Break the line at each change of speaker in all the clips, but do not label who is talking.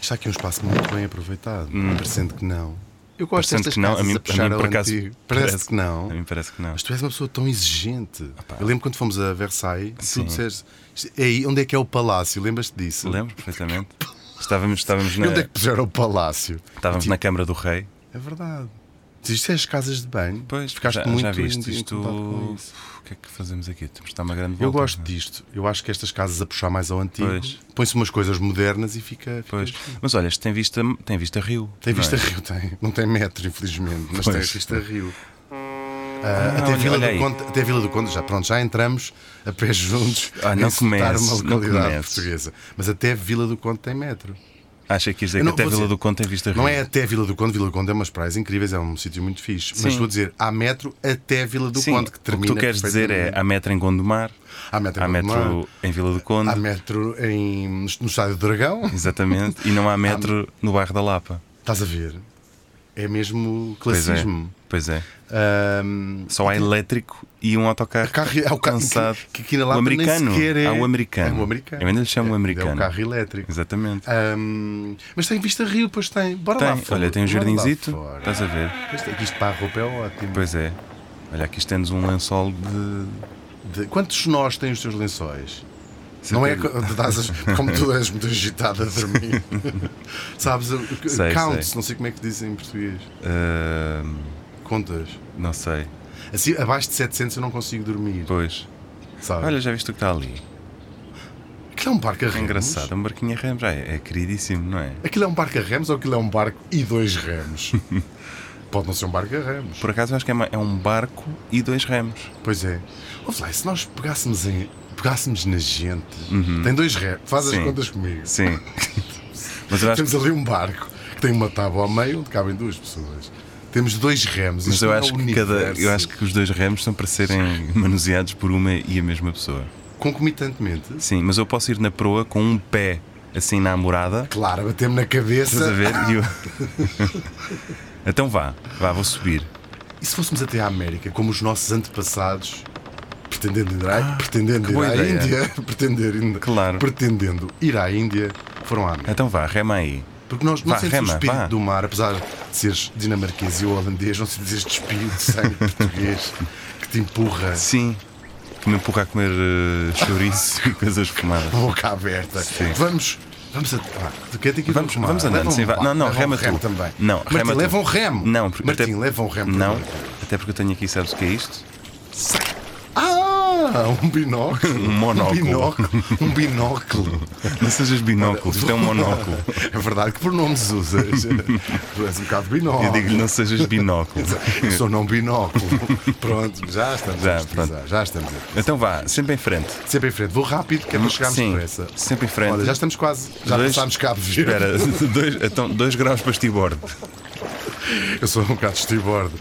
Está aqui um espaço muito bem aproveitado, parecendo que não. Eu gosto
Hum. Parecendo
destas
que não, a
casas
mim- a
puxar
mim
ao
parece-
antigo.
parece-
Parece que não.
A mim parece que não.
Mas tu és uma pessoa tão exigente. Eu lembro quando fomos a Versailles, tu disseste, "Isto- é aí, onde é que é o palácio? Lembras-te disso?
Lembro perfeitamente. Estávamos, estávamos,
E
na,
Onde é que puseram o palácio?
estávamos na Câmara do Rei.
É verdade. Isto é as casas de banho.
Pois,
Ficaste
já,
muito
já
in-
viste isto.
incomodado com isso.
O que é que fazemos aqui? Temos de dar uma grande volta.
Eu gosto
não é?
disto. Eu acho que estas casas a puxar mais ao antigo,
Pois.
põe-se umas coisas modernas e fica. fica
Pois.
giro.
Mas olha, isto tem vista, tem vista Rio.
Tem
não é?
vista Rio, tem. Não tem metro, infelizmente, mas tem
Pois.
vista Rio. Ah, até,
olha-
Vila
olha
do
aí.
Conde, até Vila do Conde, já, pronto, já entramos a pé juntos
Ah, não
a insultar
comece,
uma
não
localidade
comece.
portuguesa. Mas até Vila do Conde tem metro.
Acha que quis dizer
Eu
que
não
até
vou
Vila
dizer-
do Conde tem vista Rio?
Não é até Vila do Conde, Vila do Conde é umas praias incríveis, é um sítio muito fixe. Mas
Sim.
estou a dizer, há metro até Vila do
Sim,
Conde, que termina.
o que tu queres dizer é
perfeitamente.
há metro em Gondomar,
Há metro, em
há
Gondomar,
metro em Vila do Conde,
há metro em, no Estádio do Dragão.
exatamente, e não há metro no bairro da Lapa.
Estás a ver? É mesmo
Pois é,
classismo.
pois é.
Ahm,
Só há elétrico e um autocarro.
carro, é o carro
cansado.
que, que aqui na Lapa
o americano.
nem sequer é.
Há o americano.
É o americano.
Eu ainda lhe chamo o americano.
É o carro elétrico.
Exatamente.
Ahm, mas tem vista Rio, pois tem. Bora É lá
tem,
fora.
olha, tem um
Bora lá
jardinzito.
fora.
Estás a ver?
Pois tem, que Isto para a roupa é ótimo.
Pois é. Olha, aqui estendes um lençol de.
De- quantos nós têm os teus lençóis? Não é
Certeza.
que- dás as- como tu és muito agitada a dormir. Sabes? o- o-
Sei,
Counts,
sei.
não sei como é que dizem em português.
Ah,
Contas.
não sei.
Assim, abaixo de 700 eu não consigo dormir.
Pois.
Sabes?
Olha, já viste o que está ali? É
Aquilo é um barco a remos.
Engraçado. Um barquinho a remos. Ah, é, é queridíssimo, não é?
Aquilo é um barco a remos ou aquilo é um barco e dois remos? Pode não ser um barco a remos.
Por acaso, eu acho que é, uma- é um barco e dois remos.
Pois é. Ouve lá, e se nós pegássemos, em, pegássemos na gente, tem dois remos, faz as
Uhum. Sim.
contas comigo.
Sim. Mas eu acho que
Temos ali um barco que tem uma tábua ao meio onde cabem duas pessoas. Temos dois remos.
Mas
Isto
eu
não é
acho,
o
que cada,
universo.
eu acho que os dois remos são para serem manuseados por uma e a mesma pessoa.
Concomitantemente,
Sim, mas eu posso ir na proa com um pé assim na amorada,
claro, bater-me na
estás a
cabeça.
ver? E eu... então vá, vá, vou subir.
E se fôssemos até à América, como os nossos antepassados, pretendendo ir, à- pretendendo
Ah, que
ir
boa
à
ideia.
Índia, pretendendo,
Claro.
pretendendo ir à Índia, foram à América.
Então vá, rema aí.
Porque nós não
Vá,
sentimos o
rema,
espírito
vá.
do mar, apesar de seres dinamarquês e holandês, não sentes este espírito de sangue português que te empurra
Sim, que me empurra a comer eh, chouriço e coisas fumadas.
com a boca aberta.
Sim.
Vamos. Vamos a. Ah, tu quer ter que ir
Vamos,
arrumar.
vamos andando,
Leva um
sim, vá.
barco,
Não, não,
leva um
rema
remo
tu.
também.
Não,
Martim,
rema tu.
leva um remo.
Não, porque-
Martim,
até-
leva um remo. por
Não,
favor.
até porque eu tenho aqui, sabes o que é isto?
Ah, um binóculo.
Um monóculo.
Um binóculo. Um binóculo.
Não sejas binóculos, isto é um monóculo.
É verdade que pronomes usas. Tu és um bocado binóculo.
Eu digo-lhe, não sejas binóculo.
Eu Sou não binóculo. Pronto, já estamos
Já,
a pesquisar, já estamos a
Então vá, sempre em frente.
Sempre em frente, vou rápido que é para chegarmos
Sim,
depressa.
sempre em frente.
Olha, já estamos quase, já
Dois-
passámos cabo de
Espera,
Verde.
dois, então, dois graus para estibordo.
Eu sou um bocado estibordo.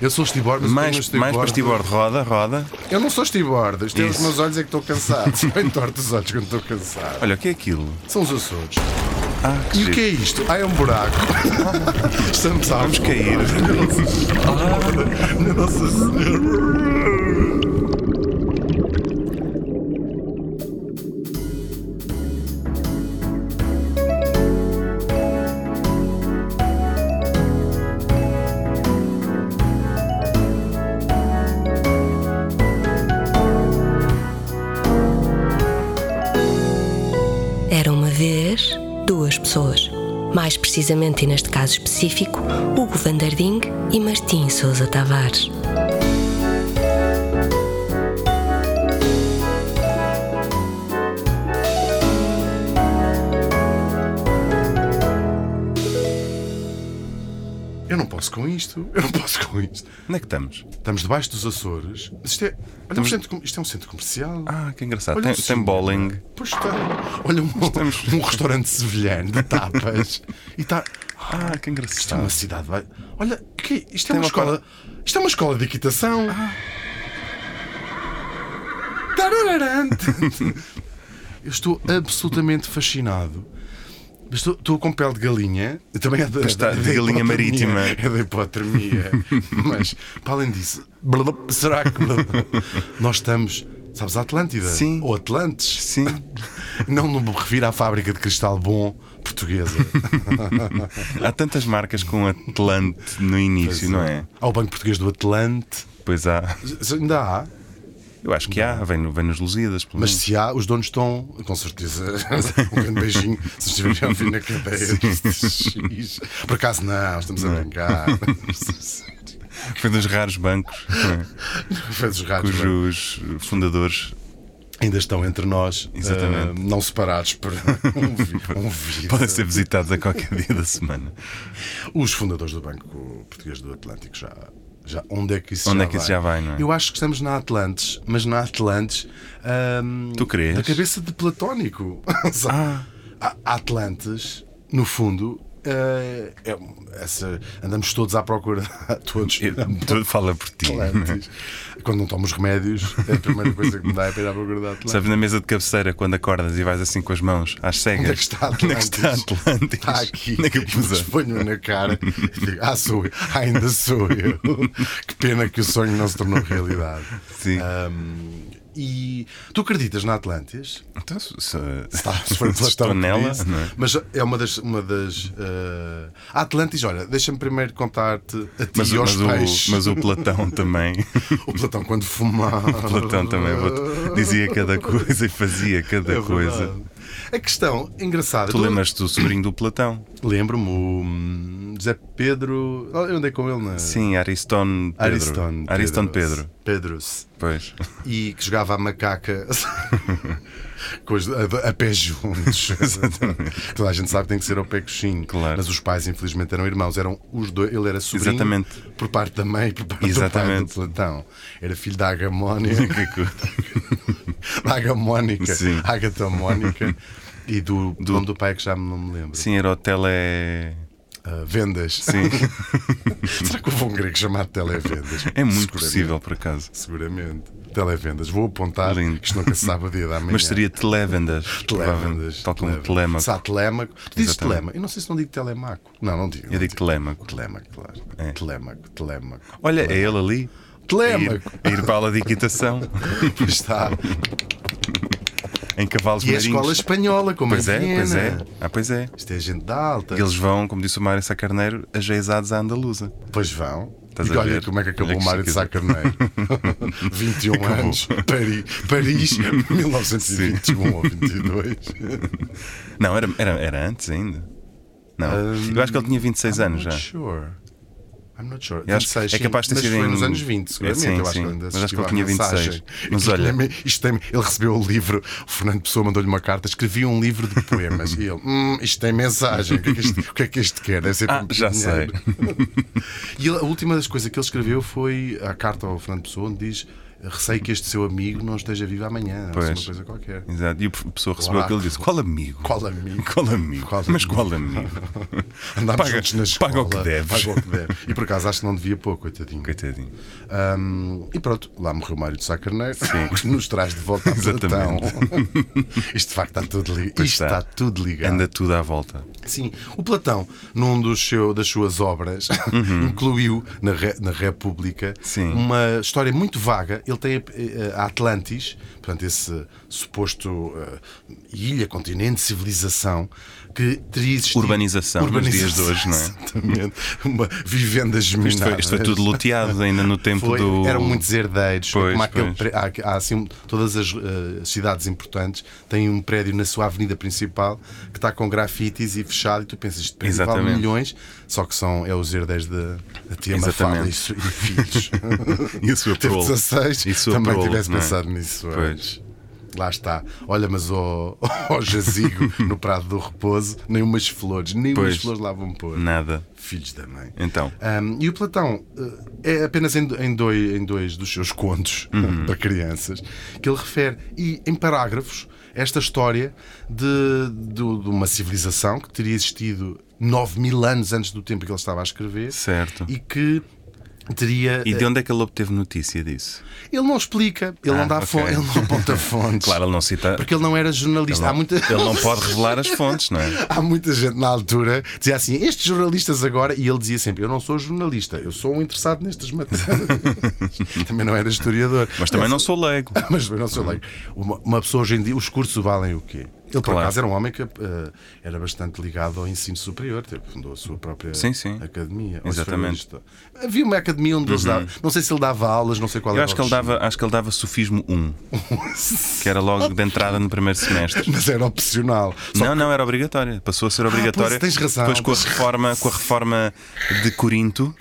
Eu sou estibordo, mas
Mais,
tenho um
mais para estibordo, roda, roda.
Eu não sou estibordo, isto é os
Isso.
meus olhos é que estão cansados. Eu entorto os olhos quando estou cansado.
Olha, o que é aquilo?
São os Açores.
Ah, que
E o
giro.
que é isto? Ah, é um buraco. Estamos a
Vamos cair.
Nossa Senhora.
Era uma vez duas pessoas. Mais precisamente, e neste caso específico, Hugo Vanderding e Martim Sousa Tavares.
Eu não posso com isto, eu não posso com isto.
Onde é que estamos?
Estamos debaixo dos Açores. Mas Isto é, olha, um centro com- isto é um centro comercial.
Ah, que engraçado.
Olha
Tem,
o
tem
cinema.
bowling.
Pois está. Olha, um,
Estamos-
um restaurante sevilhano de tapas. e tá- está.
Ah,
Isto
que
é uma
engraçado.
cidade. vai- Olha, que, isto é uma,
Tem uma Ah.
escola. Isto é uma escola de equitação. Tarararã. Eu estou absolutamente fascinado. Mas Estou, estou com pele de galinha. Eu também é da,
está de galinha
hipotermia.
marítima.
É da hipotermia. Mas, para além disso, blá, blá, será que blá, blá, nós estamos Sabes, a Atlântida?
Sim.
Ou Atlantes?
Sim.
Não me refiro à fábrica de cristal bom portuguesa.
Há tantas marcas com Atlante no início, não é?
Ao Banco Português do Atlante.
Pois há.
Se- Ainda há,
Eu acho que há, vem, no- vem nos Lusíadas, pelo
mas
menos.
se há, os donos estão, com certeza, um grande beijinho se estiverem a ouvir na cadeia. X. Por acaso não, estamos a brincar.
Foi dos raros bancos não é?
Fez os ratos, não é?
cujos fundadores
ainda estão entre nós,
Exatamente.
eh, não separados por um, vi- um vírus.
podem ser visitados a qualquer dia da semana.
Os fundadores do Banco Português do Atlântico já. já onde é que isso,
Onde
já,
é que
vai?
isso já vai, não é?
Eu acho que estamos na Atlantes, mas na Atlantes. ahm,
Tu crês?
Da cabeça de Platónico.
Ah.
A- Atlantes, no fundo. eh, é um- essa- andamos todos à procura todos
Eu- tu- fala por ti. é?
Atlantes. quando não tomo os remédios a primeira coisa que me dá é para ir à procura da Atlantes
Sabes, na mesa de cabeceira, quando acordas e vais assim com as mãos às cegas.
Onde é que está Atlantis?
Onde é que está Atlantis?
Está aqui.
Onde é que eu pus a-
Ponho na cara e digo, ah, sou eu. ainda sou eu. que pena que o sonho não se tornou realidade.
Sim.
Ahm, e tu acreditas na Atlantis?
Então, se- se-
Tá, se for
se
Platão
estou
que
nela,
disse.
não é?
Mas é uma das. Uma das ah, a Atlantis, olha, deixa-me primeiro contar-te a ti
Mas,
e aos
mas
peixes.
o, mas o Platão também.
O Platão, quando fumava.
O Platão também é bot- dizia cada coisa e fazia cada
É verdade.
coisa.
A questão engraçada.
Tu lembras-te do sobrinho do Platão?
Lembro-me o hum, José Pedro. Eu andei com ele na.
Sim, Aristone Pedro.
Ariston.
Ariston Pedro.
Pedros.
Pois.
E que jogava a macaca com os- a, a pé juntos. Toda a gente sabe que tem que ser ao pé coxinho.
Claro.
Mas os pais, infelizmente, eram irmãos. Eram os dois. Ele era sobrinho
Exatamente.
por parte da mãe e por parte do
Exatamente.
pai do Platão. Era filho da Agamónia.
Que coisa.
da Agamónica.
Sim.
Agatha Mónica. E do, do nome do pai que já me- não me lembro.
Sim, era o tele.
Ah, vendas.
Sim,
Será que houve um grego chamado Televendas?
é muito
Seguramente.
possível por acaso.
Seguramente. Televendas. Vou apontar.
Lindo.
Isto nunca se sabe o dia da manhã.
Mas seria televendas.
Televendas.
Tal como
Telema-
telemaco.
Se há telémaco. Tu dizes
Exatamente.
telema. Eu não sei se não digo telemaco. Não, não digo.
Eu digo telemaco.
Telemaco, claro.
É.
Telemaco, telemaco.
Olha, é ele ali. A ir,
Telemaco!
a ir para a aula de equitação
Pois está.
em cavalos
E é a
marinhos.
escola espanhola, como
Pois
em
é,
Viena.
pois é. Ah, pois é.
Isto é gente da alta.
E eles vão, como disse o Mário Sá Carneiro, ajeizados à andaluza.
Pois vão.
Estás
e
a
olha
ver?
como é que acabou
Olha que
o Mário de
chique.
Sacarneiro. 21 anos, Paris, Paris 1921 ou 22.
Não, era, era, era antes ainda. Não.
Ahm,
Eu acho que ele tinha 26 anos
I'm
já.
not sure. I'm not sure.
Eu acho que
26,
é capaz de ter
sim,
sido
mas foi
em-
nos anos 20, seguramente.
É, sim,
eu acho
sim.
que ainda
Mas acho
assistiu
que ele
à
tinha 26.
mensagem.
Mas
Isto
olha-
tem- isto tem- ele recebeu o livro, o Fernando Pessoa mandou-lhe uma carta, escrevia um livro de poemas. e ele, hum, isto tem mensagem, o que é que isto, o que é que isto quer? Deve ser
Ah,
para
já
pedir
sei.
dinheiro. E ele- a última das coisas que ele escreveu foi a carta ao Fernando Pessoa, onde diz: Receio que este seu amigo não esteja vivo amanhã. ou
Pois.
Uma coisa qualquer.
Exato. E a pessoa recebeu
Uau.
aquilo e disse: Qual amigo?
Qual amigo?
Qual amigo?
Qual
Mas
amigo?
qual amigo?
Andámos
Paga-
juntos na escola.
paga o que deves.
Paga o que deve. E por acaso acho que não devia pouco, coitadinho.
Coitadinho.
Ahm, e pronto, lá morreu Mário de Sá Carneiro, que nos traz de volta a Platão.
Exatamente.
Isto de facto está tudo, li- Isto
Pois
está.
está.
tudo ligado.
Anda tudo à volta.
Sim, o Platão, num dos seu, das suas obras, incluiu na, Re- na República
Uhum. Sim.
uma história muito vaga. Ele tem eh, a Atlantis, portanto, esse suposto eh, ilha, continente, civilização, que teria existido.
Urbanização, nos dias de hoje, não é?
Exatamente. Uma vivendas
Isto foi,
minadas.
isto foi tudo loteado ainda no tempo
Foi-
do.
Eram muitos herdeiros. né?
Pois,
como aquele
pois.
pré- há, há assim, todas as eh, cidades importantes têm um prédio na sua avenida principal que está com grafites e fechado, e tu pensas, isto prédio vale
Exatamente.
milhões, só que são é os herdeiros da, da tia Mafalda e,
Exatamente.
su- e filhos.
E a sua
Teve
prole.
16,
E sua
também
prole,
tivesse
não é?
pensado nisso
Pois.
antes. Lá está. Olha, mas ao ao jazigo no Prado do Repouso, nem umas flores, nem umas
Pois.
flores lá vão pôr.
Nada.
Filhos da mãe.
Então.
Um, e o Platão eh, é apenas em, do- em dois, em dois dos seus contos
Uhum.
para crianças que ele refere, e em parágrafos, esta história de, do- de uma civilização que teria existido 9 mil anos antes do tempo que ele estava a escrever
Certo.
e que teria.
E de onde é que ele obteve notícia disso?
Ele não explica, ele
Ah,
não dá
ok.
fonte, ele não aponta fontes.
Claro, ele não cita.
Porque ele não era jornalista. Há muita...
Ele não pode revelar as fontes, não é?
Há muita gente na altura que dizia assim: estes jornalistas agora, e ele dizia sempre: eu não sou jornalista, eu sou um interessado nestas matérias. também não era historiador.
Mas também não sou leigo.
Mas também não sou leigo. Uma, uma pessoa hoje em dia, os cursos valem o quê? Ele, por
Claro.
acaso, era um homem que eh, era bastante ligado ao ensino superior, teve- fundou a sua própria
Sim, sim.
academia. ou
Exatamente. Uhum.
seminarista. Havia uma academia onde eles davam, não sei se ele dava aulas, não sei qual
Eu
era
acho
o
que ele dava, acho que ele dava sufismo 1, que era logo de entrada no primeiro semestre.
Mas era opcional. Só Ah,
Não, não, era obrigatória. Passou a ser obrigatória.
pois, tens razão.
Depois com a reforma, com a reforma de Corinto.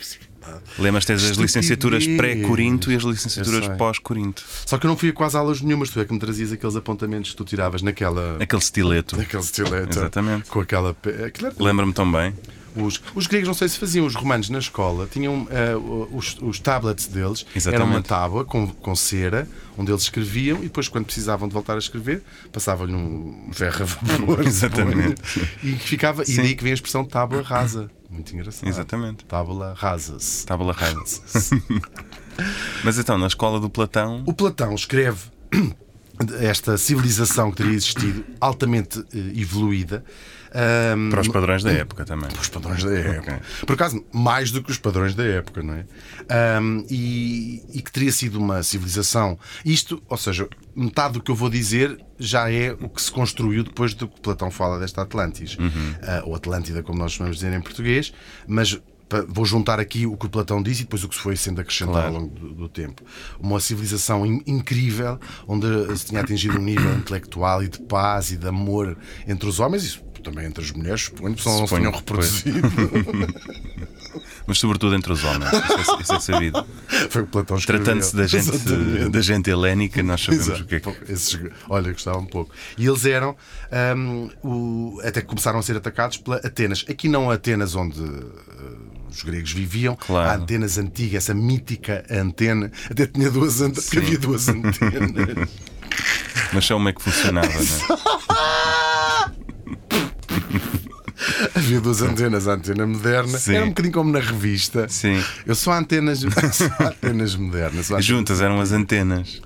Lembras tens as
Estupidez.
licenciaturas pré-Corinto e as licenciaturas
Eu sei.
pós-Corinto.
Só que eu não fui a quase aulas nenhumas, tu é que me trazias aqueles apontamentos que tu tiravas naquela.
Aquele estileto.
Naquele estilete.
Exatamente.
é, então, Com aquela. pe- aquilo era- tipo
Lembra-me tão bem.
Os, os gregos não sei se faziam, os romanos na escola tinham eh, os, os tablets deles,
Exatamente.
era uma tábua com, com cera, onde eles escreviam e depois, quando precisavam de voltar a escrever, passavam-lhe um ferro a vapor.
Exatamente.
E, que ficava, e daí que vem a expressão tábua rasa. Muito engraçado.
Exatamente.
Tábula rasa-se.
Tábula rasa. Mas então, na escola do Platão.
O Platão escreve esta civilização que teria existido, altamente eh, evoluída. ahm,
Para os padrões da época também.
os padrões da época. Por acaso, mais do que os padrões da época, não é? Ahm, e, e que teria sido uma civilização. Isto, ou seja, metade do que eu vou dizer já é o que se construiu depois do que Platão fala desta Atlantis. Ah, ou Atlântida, como nós vamos dizer em português, mas. pa- Vou juntar aqui o que o Platão diz e depois o que se foi sendo acrescentado ao longo do, do tempo. Uma civilização in- incrível, onde se tinha atingido um nível intelectual e de paz e de amor entre os homens, isso também entre as mulheres, suponho, só não se
Suponho
tinham
que
reproduzido.
Mas sobretudo entre os homens. Isso é, isso é sabido.
Foi o que Platão escreveu.
Tratando-se da gente,
Exatamente.
da gente helénica, nós sabemos
Exato.
o que é que.
Esses- olha, gostava um pouco. E eles eram hum, o- até que começaram a ser atacados pela Atenas. Aqui não a Atenas onde eh, os gregos viviam,
Claro.
a Atenas antiga, essa mítica antena, até tinha duas antenas, havia duas antenas.
Mas só uma é que funcionava, não é?
havia duas antenas, a antena moderna.
Sim.
Era um bocadinho como na revista.
Sim.
Eu sou a antenas, sou a antenas modernas. sou a
Juntas eram as antenas.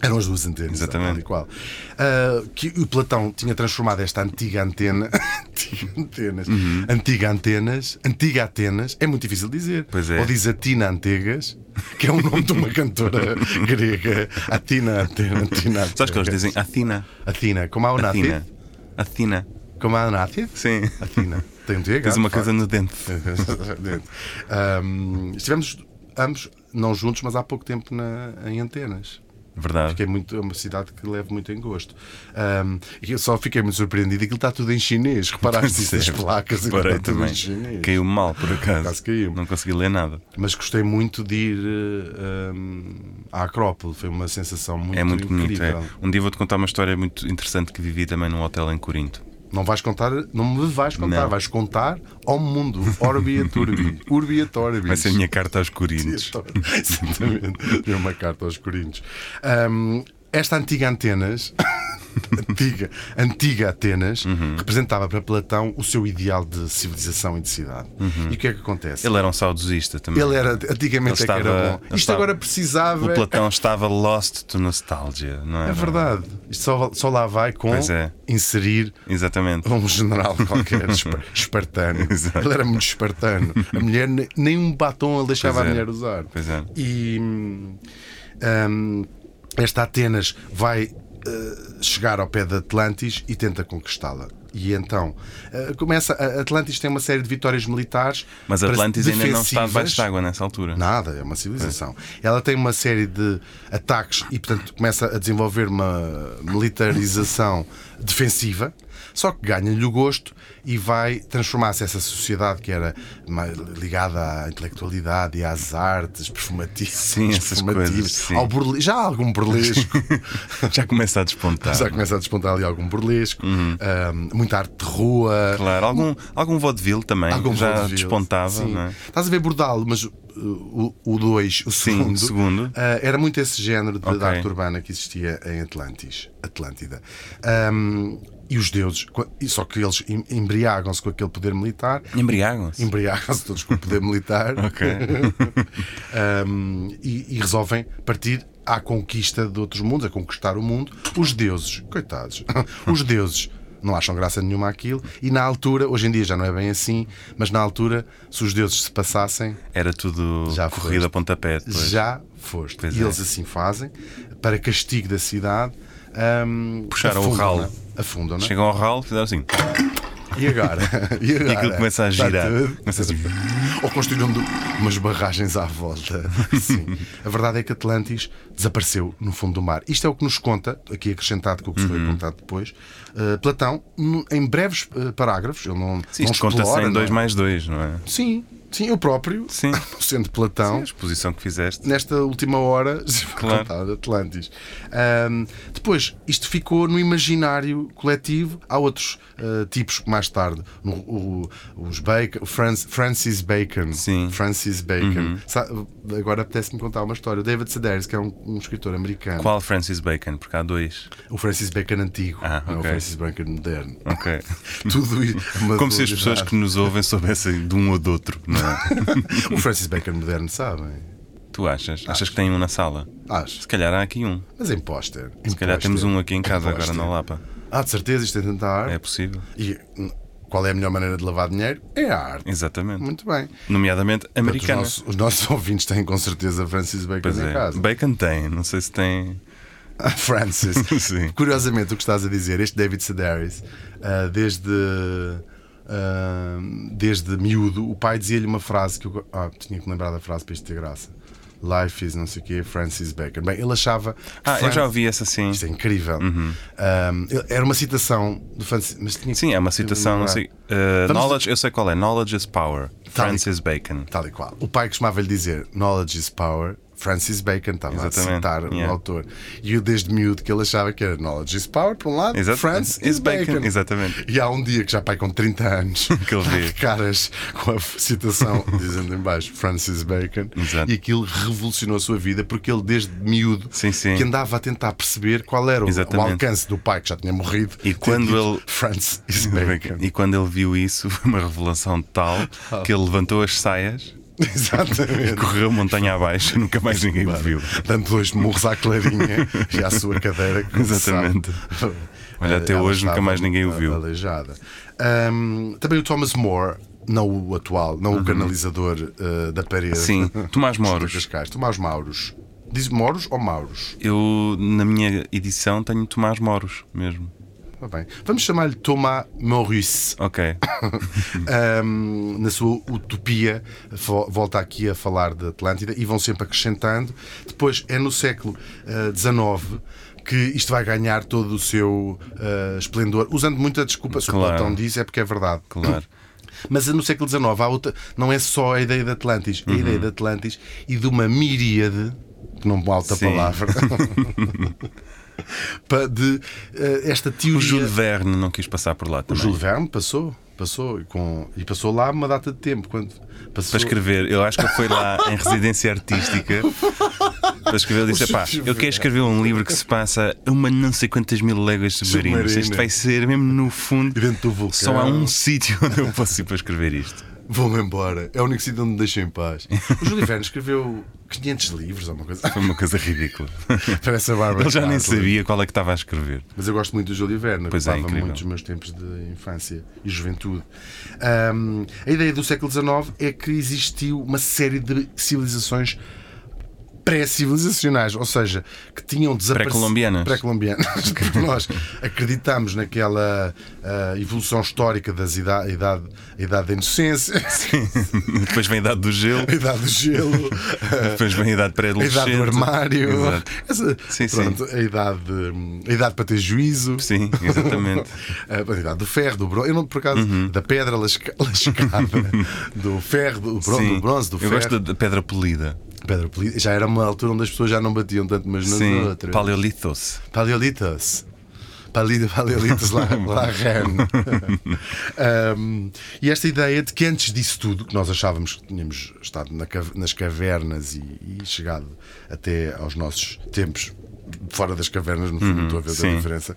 Eram as duas antenas,
Exatamente.
tal e qual. Ah, que o Platão tinha transformado esta antiga antena, antiga antenas,
Uhum.
antiga antenas, antiga Atenas, é muito difícil dizer.
Pois é.
Ou diz Atina Antegas, que é o nome de uma cantora grega. Atina Atena, Atina Antegas.
Sabes que eles dizem Athena.
Atina, como há o
Athena.
Nathid?
Athena.
Como há o Nathid?
Sim.
Atina. Tem um TH,
Tens uma
de facto.
coisa no dente.
Exatamente. Ahm, estivemos ambos, não juntos, mas há pouco tempo na, em Antenas. que
Verdade.
é, muito, é uma cidade que levo muito em gosto. Ahm, e eu só fiquei muito surpreendido. Aquilo está tudo em chinês. Reparaste isso nas placas? Aquilo
Parei
está tudo
é, também.
em chinês.
Caiu mal, por acaso.
acaso caiu.
Não consegui ler nada.
Mas gostei muito de ir eh, ahm, à Acrópole. Foi uma sensação muito,
É muito bonito.
incrível.
é. Um dia vou-te contar uma história muito interessante que vivi também num hotel em Corinto.
Não vais contar, não me vais contar,
Não.
vais contar ao mundo. Orbi et urbi. Urbi et orbi.
Vai ser a minha carta aos Corintos.
Exatamente. Deu uma carta aos Coríntios. Ahm, esta antiga Atenas, antiga, antiga Atenas,
Uhum.
representava para Platão o seu ideal de civilização e de cidade. E o que é que acontece?
Uhum. Ele era um saudosista também.
Ele era, antigamente
Ele
é que era
estava-
bom.
ele
Isto
estava-
agora precisava.
O Platão estava lost to nostalgia, não é?
É verdade. Isto só, só lá vai com
Pois é.
inserir
Exatamente.
um general qualquer, espar- espartano.
Exato.
Ele era muito espartano. A mulher, ne- nem um batom ele deixava
Pois
a
é.
mulher usar.
Pois é.
E hum, hum, esta Atenas vai eh, chegar ao pé de Atlantis e tenta conquistá-la. E então eh, começa. a- Atlantis tem uma série de vitórias militares.
Mas Atlantis ainda não está debaixo
defensivas.
de água nessa altura.
Nada, é uma civilização. Ela tem uma série de ataques e, portanto, começa a desenvolver uma militarização defensiva. Só que ganha-lhe o gosto e vai transformar-se essa sociedade que era mais ligada à intelectualidade e às artes, perfumativas,
Sim, essas coisas, sim.
ao burle... já há algum burlesco,
Já começa a despontar. Uhum.
já começa a despontar ali algum burlesco, ahm, muita arte de rua.
Claro, algum, algum vaudeville também,
Algum
já
vaudeville.
despontava,
Sim.
não é?
Estás a ver Bordal, mas uh, o 2, o 2,
Sim,
segundo,
o segundo.
uh, era muito esse género de,
Ok.
da arte urbana que existia em Atlantis, Atlântida. Um, e os deuses, co- e só que eles em- embriagam-se com aquele poder militar,
Embriagam-se.
embriagam-se todos com o poder militar
Ok.
um, e, e resolvem partir à conquista de outros mundos, a conquistar o mundo. Os deuses, coitados, os deuses não acham graça nenhuma àquilo. E na altura, hoje em dia já não é bem assim, mas na altura, se os deuses se passassem,
Era tudo
Já
corrida
foste.
a pontapé. depois.
já foste.
Pois
e
é.
eles assim fazem, para castigo da cidade. Um,
Puxaram o
afundam-na,
ralo.
Afundam-na.
Chegam ao ralo, fizeram assim.
E agora? E agora?
E aquilo começa a
Está
girar.
tudo.
Começa assim.
Ou construíram du- umas barragens à volta. Sim. A verdade é que Atlantis desapareceu no fundo do mar. Isto é o que nos conta, aqui acrescentado com o que se foi
Uhum.
apontado depois, eh, Platão, num- em breves eh, parágrafos, ele não,
Sim,
não
isto conta-se
explora, não
em
é?
2 mais 2, não é?
Sim, sim, eu próprio,
Sim.
sendo
Sim,
Platão,
a exposição que fizeste.
nesta última hora
Claro.
contado de Atlantis. Ahm, depois, isto ficou no imaginário coletivo. Há outros ah, tipos mais tarde. No- o- os Bacon, o Fran- Francis Bacon.
Sim. Uhum.
Francis Bacon. Sa- Agora apetece-me contar uma história. O David Sedaris, que é um, um escritor americano.
Qual Francis Bacon? Porque há dois.
O Francis Bacon antigo.
Ah,
Não é o
ok.
Francis Bacon moderno.
Ok.
Tudo isso. uma
Como se as pessoas
dualidade.
que nos ouvem soubessem de um ou do outro, não é?
O Francis Bacon moderno sabem.
Tu achas? Achas que tem um na sala?
Acho.
Se calhar há aqui um.
Mas em póster.
Se calhar temos um aqui em casa agora na Lapa.
Ah, de certeza, isto é tanta arte.
É possível.
E hum, qual é a melhor maneira de lavar dinheiro? É a arte.
Exatamente.
Muito bem.
Nomeadamente
Portanto, os,
americana.
nossos, os nossos ouvintes têm com certeza Francis Bacon
Pois
em
é.
casa.
Bacon tem, não sei se tem.
Ah, Francis.
Sim.
Curiosamente, o que estás a dizer, este David Sedaris, ah, desde. ah, desde miúdo, o pai dizia-lhe uma frase que eu. go- Ah, tinha que me lembrar da frase para isto ter graça. Life is não sei o quê, Francis Bacon. Bem, ele achava. que
Ah, eu
Fran-
já ouvi essa sim.
Isto é incrível. Ah, ele- era uma citação do Francis. Mas tinha que-
Sim, é uma citação. Não sei, eh,
Vamos-
knowledge, eu sei qual é. Knowledge is power.
Tá
Francis Bacon.
Tal e qual. O pai costumava-lhe dizer Knowledge is power. Francis Bacon estava a
Exatamente,
citar um
yeah.
autor. E eu, desde miúdo, que ele achava que era Knowledge is power, por um lado,
Exato.
France
Is
is Bacon.
Bacon, exatamente.
E há um dia que já pai com 30 anos,
Que ele vê.
de caras com a citação, dizendo em baixo Francis Bacon,
Exato.
e aquilo revolucionou a sua vida, porque ele, desde miúdo,
Sim, sim.
que andava a tentar perceber qual era o, o
Exatamente.
alcance do pai que já tinha morrido,
E
ter
quando
dito,
ele-
Francis is Bacon.
E quando ele viu isso, foi uma revelação tal que ele levantou as saias,
Exatamente.
correu montanha abaixo e nunca mais ninguém o viu.
Dando dois murros à clarinha e à sua cadeira. que
Exatamente.
sabe,
Olha, até
ela
hoje nunca
estava
mais ninguém o viu.
Aleijada. Ahm, também o Thomas More, não o atual, não o canalizador eh, da parede.
Uhum. Sim, Tomás Moros.
Dos Cascais. Tomás Mauros. Diz Moros ou Mauros?
Eu, na minha edição, tenho Tomás Moros mesmo.
Tá bem. Vamos chamar-lhe Thomas Maurice.
Ok.
Ahm, na sua utopia, vo- volta aqui a falar de Atlântida e vão sempre acrescentando. Depois é no século ah, XIX que isto vai ganhar todo o seu ah, esplendor, usando muita desculpa, se
Claro.
o Platão diz, é porque é verdade.
Claro.
Mas no século XIX há outra, não é só a ideia de Atlantis, é a
Uhum.
ideia de Atlantis e de uma miríade, que não falta
Sim.
palavra, pa- de ah, esta teoria.
O Júlio Verne não quis passar por lá
O
também.
Júlio Verne passou, passou e com, e passou lá uma data de tempo. Quando passou,
Para escrever, eu acho que ele foi lá em residência artística. Para escrever, ele disse: pá, eu quero escrever um livro que se passa a uma não sei quantas mil léguas submarinas. Isto vai ser mesmo no fundo.
E dentro do vulcão.
Só há um sítio onde eu posso ir para escrever isto.
Vou-me embora. É o único sítio onde me deixam em paz. O Júlio Verne escreveu 500 livros ou uma coisa.
Foi uma coisa ridícula.
Parece a Bárbara.
Ele já nem
Cartler.
sabia qual é que estava a escrever.
Mas eu gosto muito do Júlio Verne,
Pois é,
ocupava
incrível.
muito os meus tempos de infância e juventude. Ahm, a ideia do século XIX é que existiu uma série de civilizações pré-civilizacionais, ou seja, que tinham desaparecido.
Pré-colombianas.
Pré-colombianas. que Nós acreditamos naquela ah, evolução histórica das idade, a idade, a idade da inocência,
Depois vem a idade do gelo,
a idade do gelo,
depois vem a idade
a
pré-adolescente.
idade do armário,
Exato.
Essa-
Sim, sim.
pronto, A, idade, hum, a idade para ter juízo.
Sim, exatamente. Uhum.
A quantidade Ah, é, do ferro, do bronze, eu não, por acaso, da pedra lasca- lascada, do ferro, do, bron-
Sim.
do bronze, do
eu
ferro.
gosto da da pedra polida.
Pedra polida. Já era uma altura onde as pessoas já não batiam tanto umas nas
Sim,
outras.
paleolithos.
Paleolitas. Palida Valelites la, la Reine. Um, e esta ideia de que antes disso tudo, que nós achávamos que tínhamos estado na cave- nas cavernas e, e chegado até aos nossos tempos fora das cavernas, no fundo, estou a ver a
Uhum, sim.
diferença.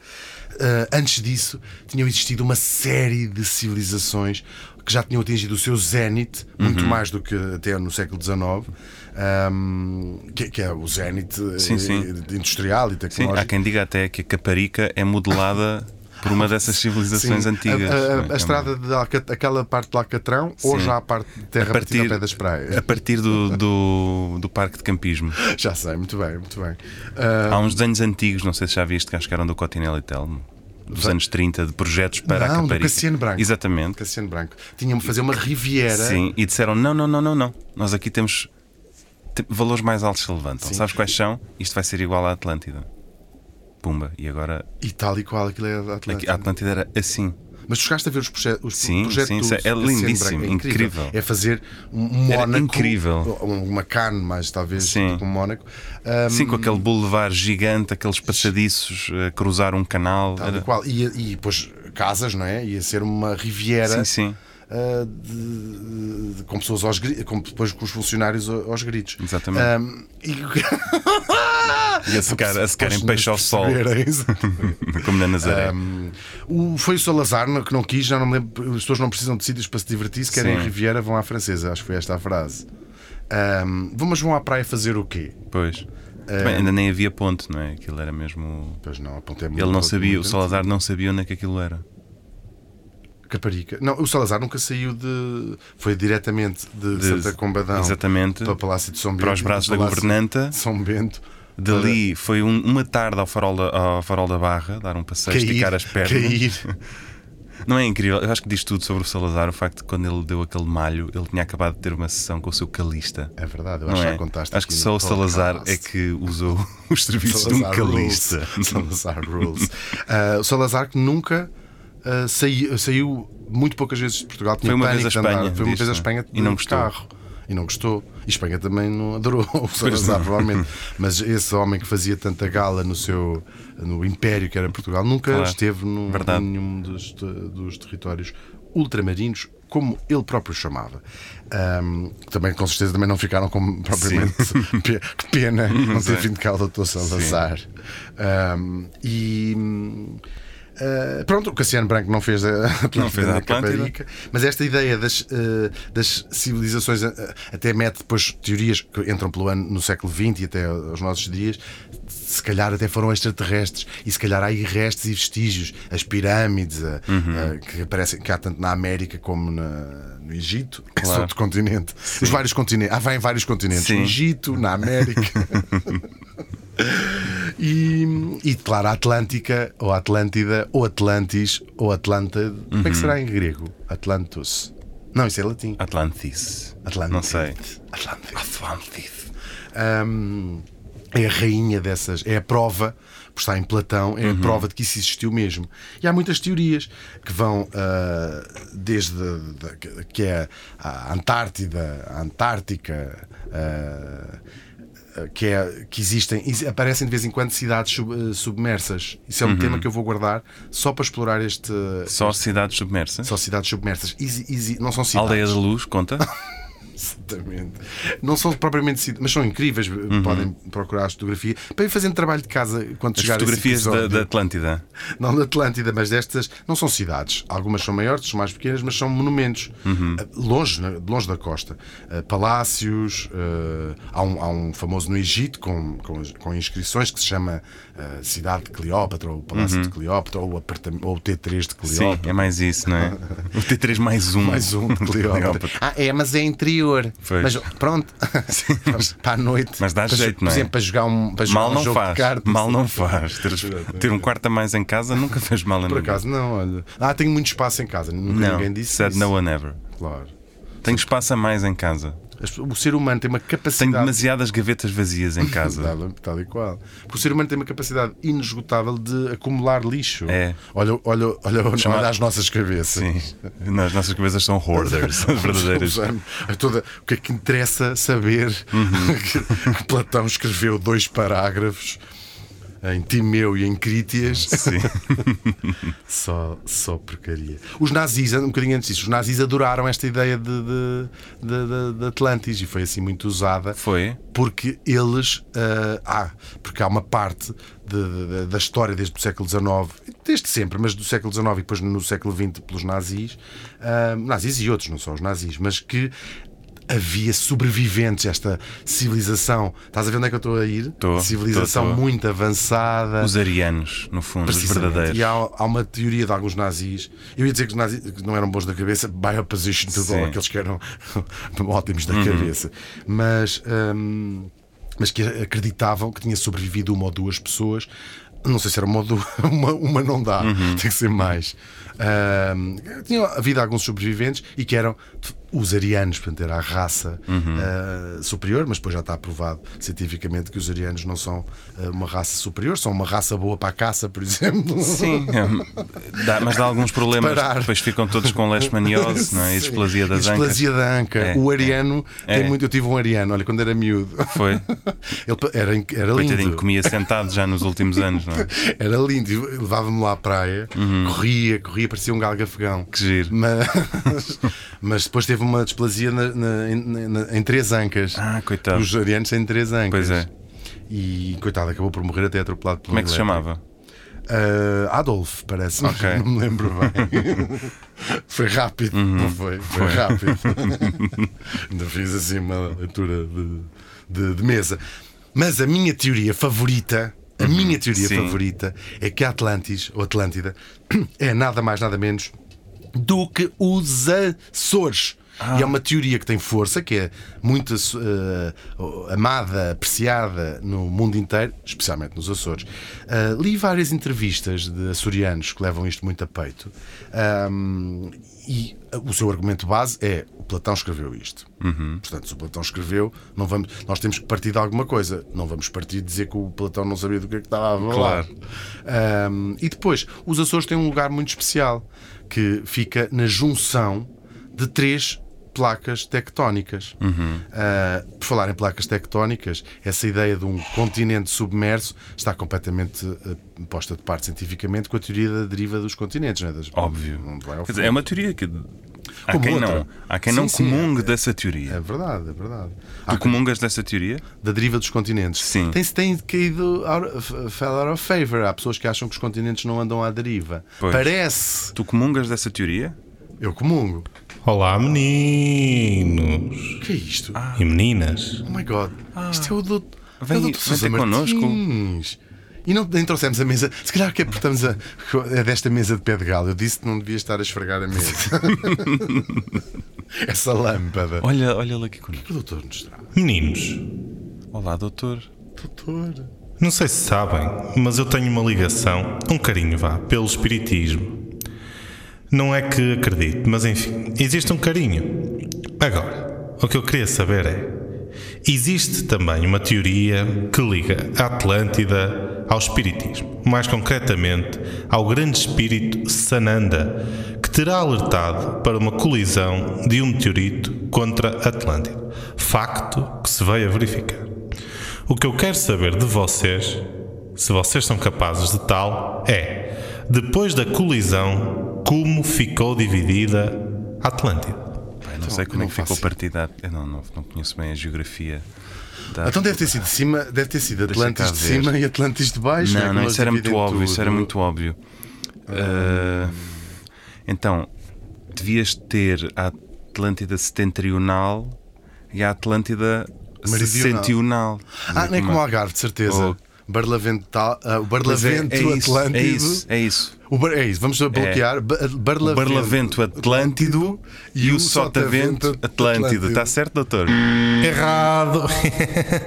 Ah, antes disso, tinham existido uma série de civilizações que já tinham atingido o seu zénite, muito
Uhum.
mais do que até no século XIX, ahm, que, que é o zénite eh,
Sim, sim.
industrial e
Sim,
tecnológico.
há quem diga até que a Caparica é modelada por uma dessas civilizações
Sim,
antigas.
A, a- a
É uma-
estrada de Alcat- aquela parte de Alcatrão, ou
Sim.
já a parte de terra
A
batida ao
partir,
pé das praias.
a partir do, do, do parque de campismo.
Já sei, muito bem, muito bem. Ah,
Há uns desenhos antigos, não sei se já viste, que acho que eram do Cotinelli e Telmo, dos anos 30, de projetos para a
Não, do
Caparica.
Cassiano Branco.
Exatamente.
Cassiano Branco. Tinham de fazer uma riviera.
Sim, e disseram: não, não, não, não, não. Nós aqui temos te- valores mais altos se levantam. Sabes quais são? Isto vai ser igual à Atlântida. Pumba, e agora
E tal e qual aquilo é da
aqui- a
Atlântica.
Atlântida era assim.
Mas tu chegaste a ver os, proje os
Sim,
projetos
sim,
do
isso é
Cassiano
lindíssimo,
Branco.
incrível.
É fazer um
Era
Mónaco.
incrível.
um- Uma carne, mais talvez,
Sim.
tipo um Mónaco. Ah,
Sim, com aquele boulevard gigante, aqueles passadiços a cruzar um canal.
tal e
Era-
qual. E, e depois casas, não é? Ia ser uma riviera.
Sim, sim.
ah, de- de- com pessoas aos gritos, com, depois com os funcionários ao- aos gritos.
Exatamente.
Ah, e
E a secar, a secar em
Pois,
peixe ao
nos
sol,
perceberem, exato.
como na Nazaré.
é O- foi o Salazar não- que não quis, já não me lembro. As pessoas não precisam de sítios para se divertir, se querem
Sim.
Riviera, vão à francesa. Acho que foi esta a frase. Ahm, vão- mas vão à praia fazer o quê?
Pois. Também, ainda nem havia ponte, não é? Aquilo era mesmo.
Pois não, apontei
Ele não sabia, o Salazar não sabia onde é que aquilo era.
Caparica. Não, o Salazar nunca saiu de. Foi diretamente de,
De-
Santa Combadão
Exatamente.
para o Palácio de São Bento.
Para os braços da
Palácio
governanta.
de São Bento.
Dali foi um- uma tarde ao farol, da, ao farol da Barra, dar um passeio, esticar as pernas.
cair.
Não é incrível? Eu acho que diz tudo sobre o Salazar, o facto de quando ele deu aquele malho, ele tinha acabado de ter uma sessão com o seu calista.
É verdade, eu
Não
acho que
é?
já contaste.
Acho que
aqui
só
no
o Salazar é
podcast.
que usou os serviços de um
rules.
calista.
Salazar rules. Ah, o Salazar que nunca ah, saiu, saiu muito poucas vezes de Portugal. Tinha
Foi uma
pânico
vez à
de andar-
Espanha,
Foi uma
diz,
vez à
né?
Espanha
E não
de
gostou.
carro. E não gostou. E Espanha também não adorou o Salazar, provavelmente. Mas esse homem que fazia tanta gala no seu no império que era Portugal nunca
Claro.
esteve num,
Verdade.
nenhum dos, te- dos territórios ultramarinos. Como ele próprio chamava. Ahm, também, com certeza, também não ficaram como propriamente. pe- Que pena não ter
é.
vindo cá o doutor Salazar. Ahm, e. hum, ah, pronto, o Cassiano Branco não fez a Atlântida,
Não fez a
da
Atlântida.
Caparica, mas esta ideia das, ah, das civilizações ah, até mete depois teorias que entram pelo ano no século XX e até aos nossos dias. Se calhar até foram extraterrestres e se calhar há aí restos e vestígios, as pirâmides ah,
Uhum.
ah, que aparecem que há tanto na América como na- no Egito, que é
Claro.
outro continente. Os vários continentes, há vai em vários continentes,
Sim.
no Egito, na América. E, e, claro, a Atlântica, ou Atlântida, ou Atlantis, ou Atlântida. Como é que será em grego? Atlantus. Não, isso é latim.
Atlantis.
Atlantis.
Não sei.
Atlantis.
Atlantis.
Hum, é a rainha dessas, é a prova, por estar em Platão,
Uhum.
é a prova de que isso existiu mesmo. E há muitas teorias que vão ah, desde da- que é a Antártida, a Antártica. ah, que, é, que existem, e aparecem de vez em quando cidades sub- eh, submersas. Isso
Uhum.
é um tema que eu vou guardar só para explorar este.
Só cidades submersas.
Só cidades submersas. Isi- isi- não são cidades.
Aldeia da Luz, conta.
Exatamente. Não são propriamente cidades, mas são incríveis. Podem procurar a fotografia para ir fazendo trabalho de casa quando
Uhum. As
chegar a esse
fotografias da,
episódio.
da Atlântida.
Não da Atlântida, mas destas não são cidades. Algumas são maiores, outras são mais pequenas, mas são monumentos.
Uhum.
Ah, Longe, né? longe da costa. Ah, Palácios. ah, Há um, há um famoso no Egito com, com, com inscrições que se chama ah, Cidade de Cleópatra, ou Palácio de Cleópatra, ou, apartam- ou T3 de
Uhum. Sim,
Cleópatra.
é mais isso, não é? O T3 mais um.
Mais um de Cleópatra. ah, é, mas é interior.
Pois.
Mas pronto, Vamos para a noite.
Mas dá
Para-
jeito,
por
não é?
exemplo, para jogar um, para jogar
Mal
um
não
jogo de
faz.
cartas.
Mal não faz. Ter, ter um quarto a mais em casa nunca fez mal a
Por
ninguém.
acaso, não, olha. Ah, tenho muito espaço em casa. Nunca
Não,
ninguém disse.
said
isso.
no one ever.
Claro.
Tenho espaço a mais em casa.
As- O ser humano tem uma
Tenho
capacidade.
demasiadas gavetas vazias em casa.
Tal, tal e qual. Porque o ser humano tem uma capacidade inesgotável de acumular lixo.
É.
Olha, olha, olha,
Chamar-
olha as nossas cabeças.
Sim. Não, as nossas cabeças são hoarders, as verdadeiras.
Usando a toda- o que é que Uhum. interessa saber que, que Platão escreveu dois parágrafos em Timeu e em Crítias,
Sim.
só, só porcaria. Os nazis, um bocadinho antes disso, os nazis adoraram esta ideia de, de, de- de- de Atlantis e foi assim muito usada.
Foi?
Porque eles. ah, ah, porque há uma parte de- de- da história desde o século XIX, desde sempre, mas do século XIX e depois no século XX pelos nazis, ah, nazis e outros, não só os nazis, mas que havia sobreviventes a esta civilização. Estás a ver onde é que eu estou a ir?
Estou,
civilização
estou, estou.
muito avançada.
Os arianos, no fundo, os
Precisamente.
verdadeiros.
E há, há uma teoria de alguns nazis. Eu ia dizer que os nazis que não eram bons da cabeça, by opposition to
Sim.
all, aqueles que eram ótimos da cabeça. Mas. hum, mas que acreditavam que tinha sobrevivido uma ou duas pessoas. Não sei se era uma ou duas, uma, uma não dá, tem que ser mais. Hum, tinha havido alguns sobreviventes e que eram os arianos, portanto, era a raça ah, superior, mas depois já está provado cientificamente que os arianos não são ah, uma raça superior, são uma raça boa para a caça, por exemplo.
Sim, é, dá- mas dá alguns problemas.
Parar.
Depois ficam todos com leishmaniose não é? e displasia das ancas.
Displasia da anca.
É,
o ariano
é.
tem
É.
muito. Eu tive um ariano, olha, quando era miúdo.
Foi.
Ele pa- era, inc- era
Coitadinho,
lindo.
comia sentado já nos últimos anos, não é?
Era lindo. E Levava-me lá à praia, corria, corria, parecia um galgafegão.
Uhum. Que giro.
Mas, mas depois teve uma displasia na- na- em- na- em três ancas.
Ah, coitado.
Os arianos têm três ancas.
Pois é.
E coitado, acabou por morrer até atropelado por
Como é que se chamava?
Uh, Adolf, parece, mas
Ok. Uhum.
não me lembro bem. foi rápido, não foi? Foi, rápido. Ainda fiz assim uma leitura de, de- de mesa. Mas a minha teoria favorita, a minha teoria
sim.
favorita, é que a Atlantis, ou Atlântida, é nada mais, nada menos do que os Açores. E é uma teoria que tem força, que é muito eh, amada, apreciada no mundo inteiro, especialmente nos Açores. Eh, li várias entrevistas de açorianos que levam isto muito a peito. Ahm, e eh, o seu argumento base é o Platão escreveu isto. Portanto, se o Platão escreveu, não vamos, nós temos que partir de alguma coisa. Não vamos partir de dizer que o Platão não sabia do que é que estava a falar.
Claro.
Um, e depois, os Açores têm um lugar muito especial que fica na junção de três placas tectónicas.
Uhum.
Uh, por falar em placas tectónicas, essa ideia de um continente submerso está completamente uh, posta de parte cientificamente com a teoria da deriva dos continentes, não é? Das-
Óbvio.
Não vai ao
Quer
fundo.
dizer, é uma teoria que. Há
Como
quem
outra.
não, há quem
Sim,
não
sim,
comungue
é-
dessa teoria.
É verdade, é verdade. Há
Tu comungas dessa teoria?
da deriva dos continentes.
Sim.
Tem, tem caído out of- fell out of favor. Há pessoas que acham que os continentes não andam à deriva.
Pois.
Parece.
Tu comungas dessa teoria?
Eu comungo.
Olá, meninos
O que é isto?
e meninas.
Oh my god. Isto é o do.
Ah. Vem-
é o
vem
Dr. Sousa
ter connosco.
Martins. E não nem trouxemos a mesa. Se calhar que é porque estamos a, é desta mesa de pé de galo. Eu disse que não devia estar a esfregar a mesa. Essa lâmpada.
Olha, olha lá aqui conosco.
O doutor nos traz.
Meninos,
Olá, doutor.
Doutor.
não sei se sabem, mas eu tenho uma ligação, um carinho vá, pelo espiritismo. Não é que acredite, mas enfim, existe um carinho. Agora, o que eu queria saber é: existe também uma teoria que liga a Atlântida ao espiritismo, mais concretamente ao grande espírito Sananda, que terá alertado para uma colisão de um meteorito contra a Atlântida. Facto que se veio a verificar. O que eu quero saber de vocês, se vocês são capazes de tal, é: depois da colisão, como ficou dividida a Atlântida?
Pá, eu não sei como
Então, não
é que ficou
faço.
partida. Eu não, não, não conheço bem a geografia. da-
Então deve ter sido de cima, deve ter sido
Deixa cá
Atlantis de
ver.
cima e Atlantis de baixo. é?
Não,
Que
não,
nós
isso era muito
dividem
óbvio. Isso era
tudo.
muito óbvio. Uh, então, devias ter a Atlântida setentrional e a Atlântida
Meridional.
sessional.
Ah, nem como o Algarve, de certeza.
Oh.
Barlavental, ah, o
Pois é,
Barlavento
é isso,
Atlântido.
é isso, é isso.
O bar- é isso, vamos bloquear. Ba-
O
Barlavento,
Barlavento Atlântido e o Sotavento Atlântido. tá? Está certo, doutor?
Errado!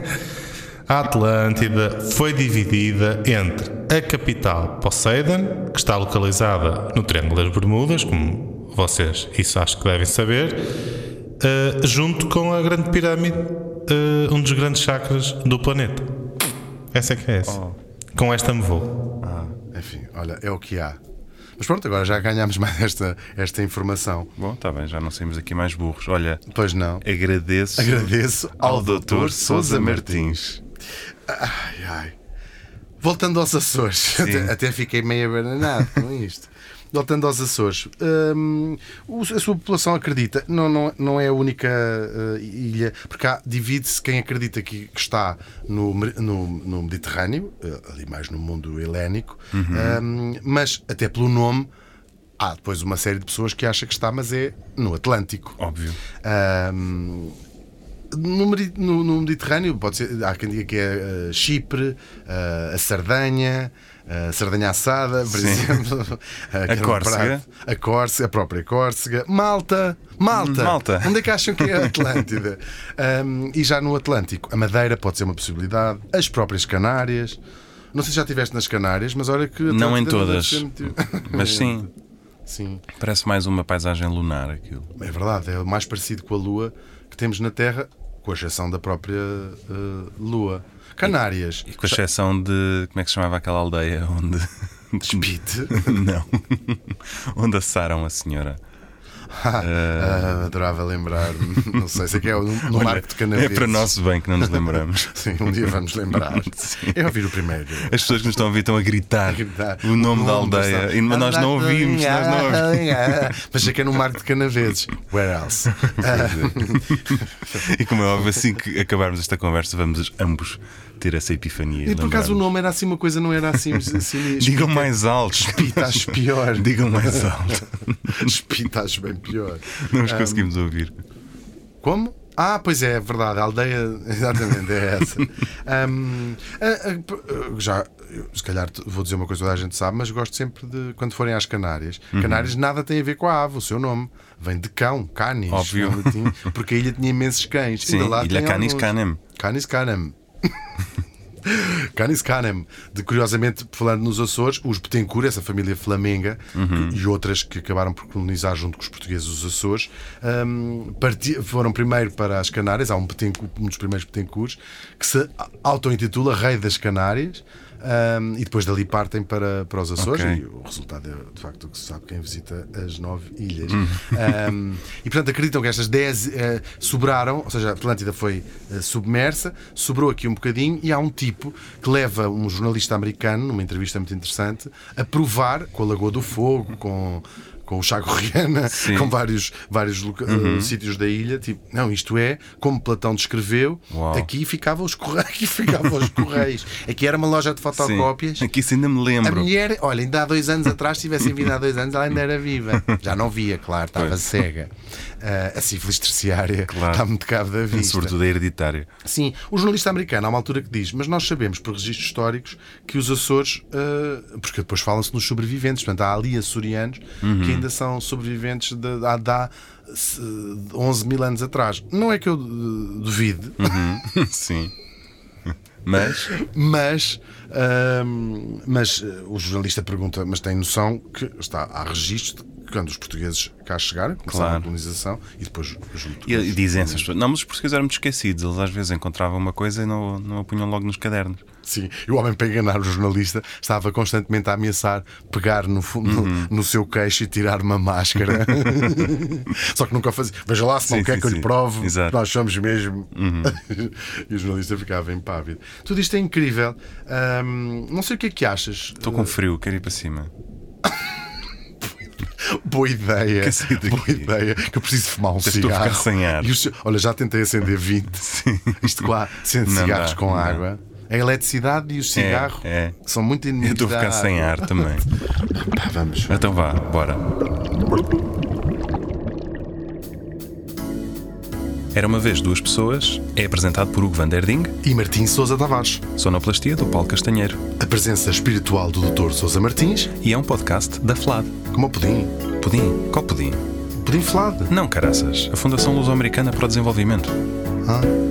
a Atlântida foi dividida entre a capital Poseidon, que está localizada no Triângulo das Bermudas, como vocês isso acho que devem saber, eh, junto com a Grande Pirâmide, eh, um dos grandes chakras do planeta. Essa é que é essa. Com esta me vou.
Enfim, olha, é o que há. Mas pronto, agora já ganhámos mais esta, esta informação.
Bom, está bem, já não saímos aqui mais burros. Olha,
Pois não.
agradeço
Agradeço
ao doutor Sousa Martins.
Ai, ai. Voltando aos Açores, até, até fiquei meio abananado com isto. Voltando aos Açores, hum, o- a sua população acredita, não, não, não é a única eh, ilha, porque há- divide-se quem acredita que, que está no, Mer- no, no Mediterrâneo, eh, ali mais no mundo helénico, hum, mas até pelo nome, há depois uma série de pessoas que acham que está, mas é no Atlântico.
Óbvio.
Ahm, no, Meri- no- no Mediterrâneo, pode ser, há quem diga que é eh, Chipre, eh, a Sardanha, eh, a Sardanha assada, por
Sim.
exemplo. Eh, que era um
Córcega.
prato. A Córcega, a própria Córcega. Malta, Malta.
Hum, Malta.
Onde é que acham que é a Atlântida? Ahm, e já no Atlântico, a Madeira pode ser uma possibilidade, as próprias Canárias. Não sei se já estiveste nas Canárias, mas olha que. a
Não em
Atlântida deve
todas.
ser muito-
Mas sim,
Sim.
parece mais uma paisagem lunar aquilo.
É verdade, é o mais parecido com a Lua que temos na Terra, com exceção da própria eh, Lua. Canárias.
E com exceção de. Como é que se chamava aquela aldeia onde.
Despite.
Não. onde assaram a senhora.
Ah,
Eh.
ah, adorava lembrar-me. Não sei se é que é no, no Marco de
é
Canavieiros.
para nosso bem que não nos lembramos.
Sim, um dia vamos lembrar.
Sim.
É ouvir o primeiro.
As pessoas que nos estão a ouvir estão a gritar,
gritar
o nome da aldeia, e nós não ouvimos, nós não ouvimos.
Mas é que é no Marco de Canaveses. Where else?
E como é óbvio, assim que acabarmos esta conversa, vamos ambos ter essa epifania.
E por acaso o
lembrarmos.
nome era assim uma coisa, não era assim. assim
Digam mais alto.
Espita, acho pior.
Digam mais alto.
Espita, acho bem pior.
Não os conseguimos ouvir.
Como? Ah, pois é, é verdade, a aldeia exatamente é essa. Ahm, a- a- p- eh, já, eu, se calhar t- vou dizer uma coisa que toda a gente sabe, mas gosto sempre de quando forem às Canárias.
Uhum.
Canárias nada tem a ver com a ave, o seu nome. Vem de cão, canis.
Óbvio.
no latim, porque a ilha tinha imensos cães.
Sim,
Ainda lá
Ilha
tem
Canis
alguns.
Canem.
Canis Canem. Canis Canem, né? de curiosamente, falando nos Açores, os Betancourt, essa família flamenga que- e outras que acabaram por colonizar junto com os portugueses os Açores, hum, parti- foram primeiro para as Canárias. Há um, Betancourt, um dos primeiros Betancourts que se a- auto-intitula Rei das Canárias. hum, e depois dali partem para, para os Açores
Ok.
e o resultado é de facto o que se sabe quem visita as nove ilhas.
Hum.
Um, e portanto acreditam que estas dez eh, sobraram, ou seja, a Atlântida foi eh, submersa, sobrou aqui um bocadinho e há um tipo que leva um jornalista americano, numa entrevista muito interessante, a provar com a Lagoa do Fogo, com. Com o Chago Rihanna,
Sim. Uhum.
com vários, vários loca- eh, sítios da ilha, tipo, não, isto é, como Platão descreveu,
Uau.
aqui ficavam os correios, aqui ficavam os correios. Aqui era uma loja de
Sim.
fotocópias,
Aqui se ainda me
a
lembro.
mulher, olha, ainda há dois anos atrás, se tivessem vindo há dois anos, ela ainda era viva. Já não via, claro, estava
Pois.
cega. Ah, a sífilis terciária
Claro.
está muito cabo da vista.
Sobretudo a hereditária.
Sim, o jornalista americano há uma altura que diz, mas nós sabemos por registros históricos que os Açores, ah, porque depois falam-se nos sobreviventes, portanto há ali açorianos
Uhum.
que ainda são sobreviventes de, há- de há se- 11 mil anos atrás. Não é que eu eh, duvide,
Sim. Mas
Mas, ahm, mas eh, o jornalista pergunta, mas tem noção que está há registro de que quando os portugueses cá chegaram, começaram
Claro.
a colonização e depois junto
e- e dizem essas pessoas. Não, mas os portugueses eram muito esquecidos. Eles às vezes encontravam uma coisa e não, não a punham logo nos cadernos.
Sim, e o homem para enganar o jornalista estava constantemente a ameaçar pegar no, fu- no,
Uhum.
no seu queixo e tirar uma máscara. Só que nunca fazia. Veja lá se não
Sim,
quer
sim,
que eu
sim.
lhe prove.
Exato. Uhum.
Nós somos mesmo. e o jornalista ficava impávido. Tudo isto é incrível. Ahm, não sei o que é que achas.
Estou com frio, quero ir para cima.
Boa ideia.
Quer sair daqui?
Boa ideia. Que eu preciso fumar um
Estou a
cigarro.
ficar sem ar.
E o seu- Olha, já tentei acender 20.
Sim.
Isto com a... acende
Não
cigarros
dá,
com
não dá.
água. A eletricidade e o cigarro
é.
são muito inimigos.
Eu estou a
da
ficar sem ar também.
Pá, vamos.
Então vá, bora. Era uma vez duas pessoas é apresentado por Hugo Van Der Ding,
E Martim Sousa Tavares.
sonoplastia do Paulo Castanheiro
A presença espiritual do Dr. Sousa Martins,
e é um podcast da FLAD.
como o pudim.
Pudim? Qual pudim?
Pudim flado.
Não, caraças. A Fundação Luso-Americana para o Desenvolvimento.
Ah.